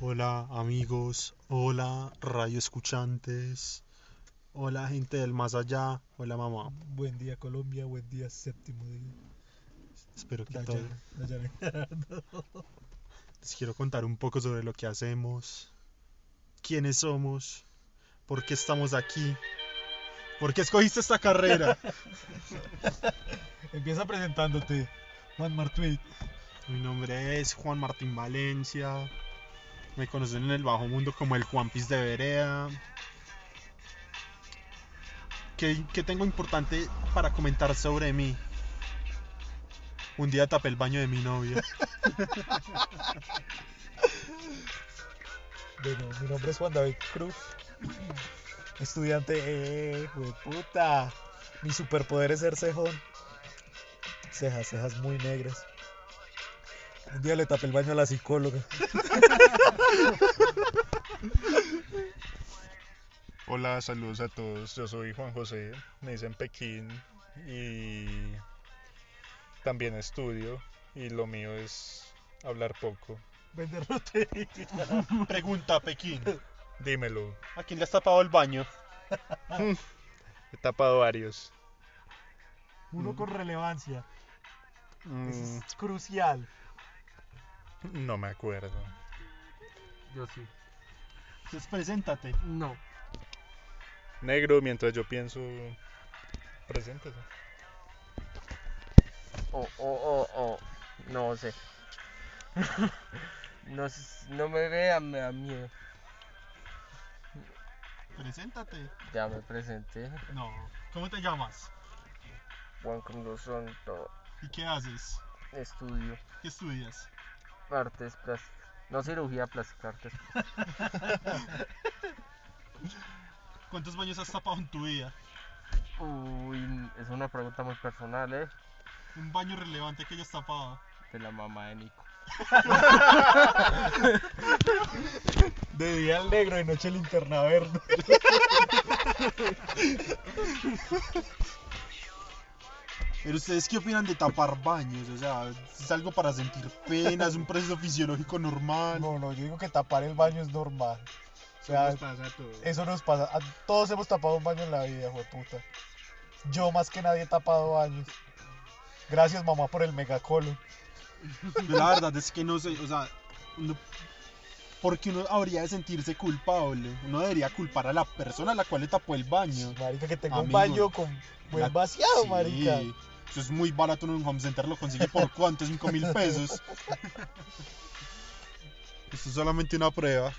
Hola amigos, hola radio escuchantes, hola gente del más allá, hola mamá. Buen día Colombia, buen día séptimo día. Espero que todo. Dayana, Dayana Gerardo. Les quiero contar un poco sobre lo que hacemos, quiénes somos, por qué estamos aquí, por qué escogiste esta carrera. Empieza presentándote, Juan Martuit. Mi nombre es Juan Martín Valencia. Me conocen en el bajo mundo como el Juan Piz de Vereda. ¿Qué, qué tengo importante para comentar sobre mí? Un día tapé el baño de mi novia. Bueno, mi nombre es Juan David Cruz. Estudiante, eh, puta. Mi superpoder es ser cejón. Cejas, cejas muy negras. Un día le tapé el baño a la psicóloga. Hola, saludos a todos. Yo soy Juan José, me dicen Pekín y también estudio y lo mío es hablar poco. Vender lotería. Pregunta, Pekín. Dímelo, ¿A quién le has tapado el baño? he tapado varios. Uno con relevancia. Eso Mm, es crucial. no me acuerdo. Yo sí. Entonces, Pues preséntate. No. Negro, mientras yo pienso, preséntese. Oh, oh, oh, oh. No sé. no, s- no me vean, me da miedo. Preséntate. Ya me presenté. No. ¿Cómo te llamas? Juan Cruz todo ¿Y qué haces? Estudio ¿Qué estudias? artes plásticas. No cirugía plástica, artes. ¿Cuántos baños has tapado en tu vida? Uy, es una pregunta muy personal, ¿eh? Un baño relevante que hayas tapado. De la mamá de Nico. De día el negro y noche el linterna verde. Pero ustedes qué opinan de tapar baños? O sea, es algo para sentir pena, es un proceso fisiológico normal. No, no, yo digo que tapar el baño es normal. O sea, eso nos pasa. A todos hemos tapado un baño en la vida, puta. Yo más que nadie he tapado baños. Gracias, mamá, por el megacolo. Yo la verdad es que no sé, o sea, uno- porque uno habría de sentirse culpable. Uno debería culpar a la persona a la cual le tapó el baño. Marica, que tengo un Amigo. baño con La- buen vaciado, Sí, marica. Eso es muy barato en un home center, lo consigue por cuánto, 5 mil pesos. Esto es solamente una prueba.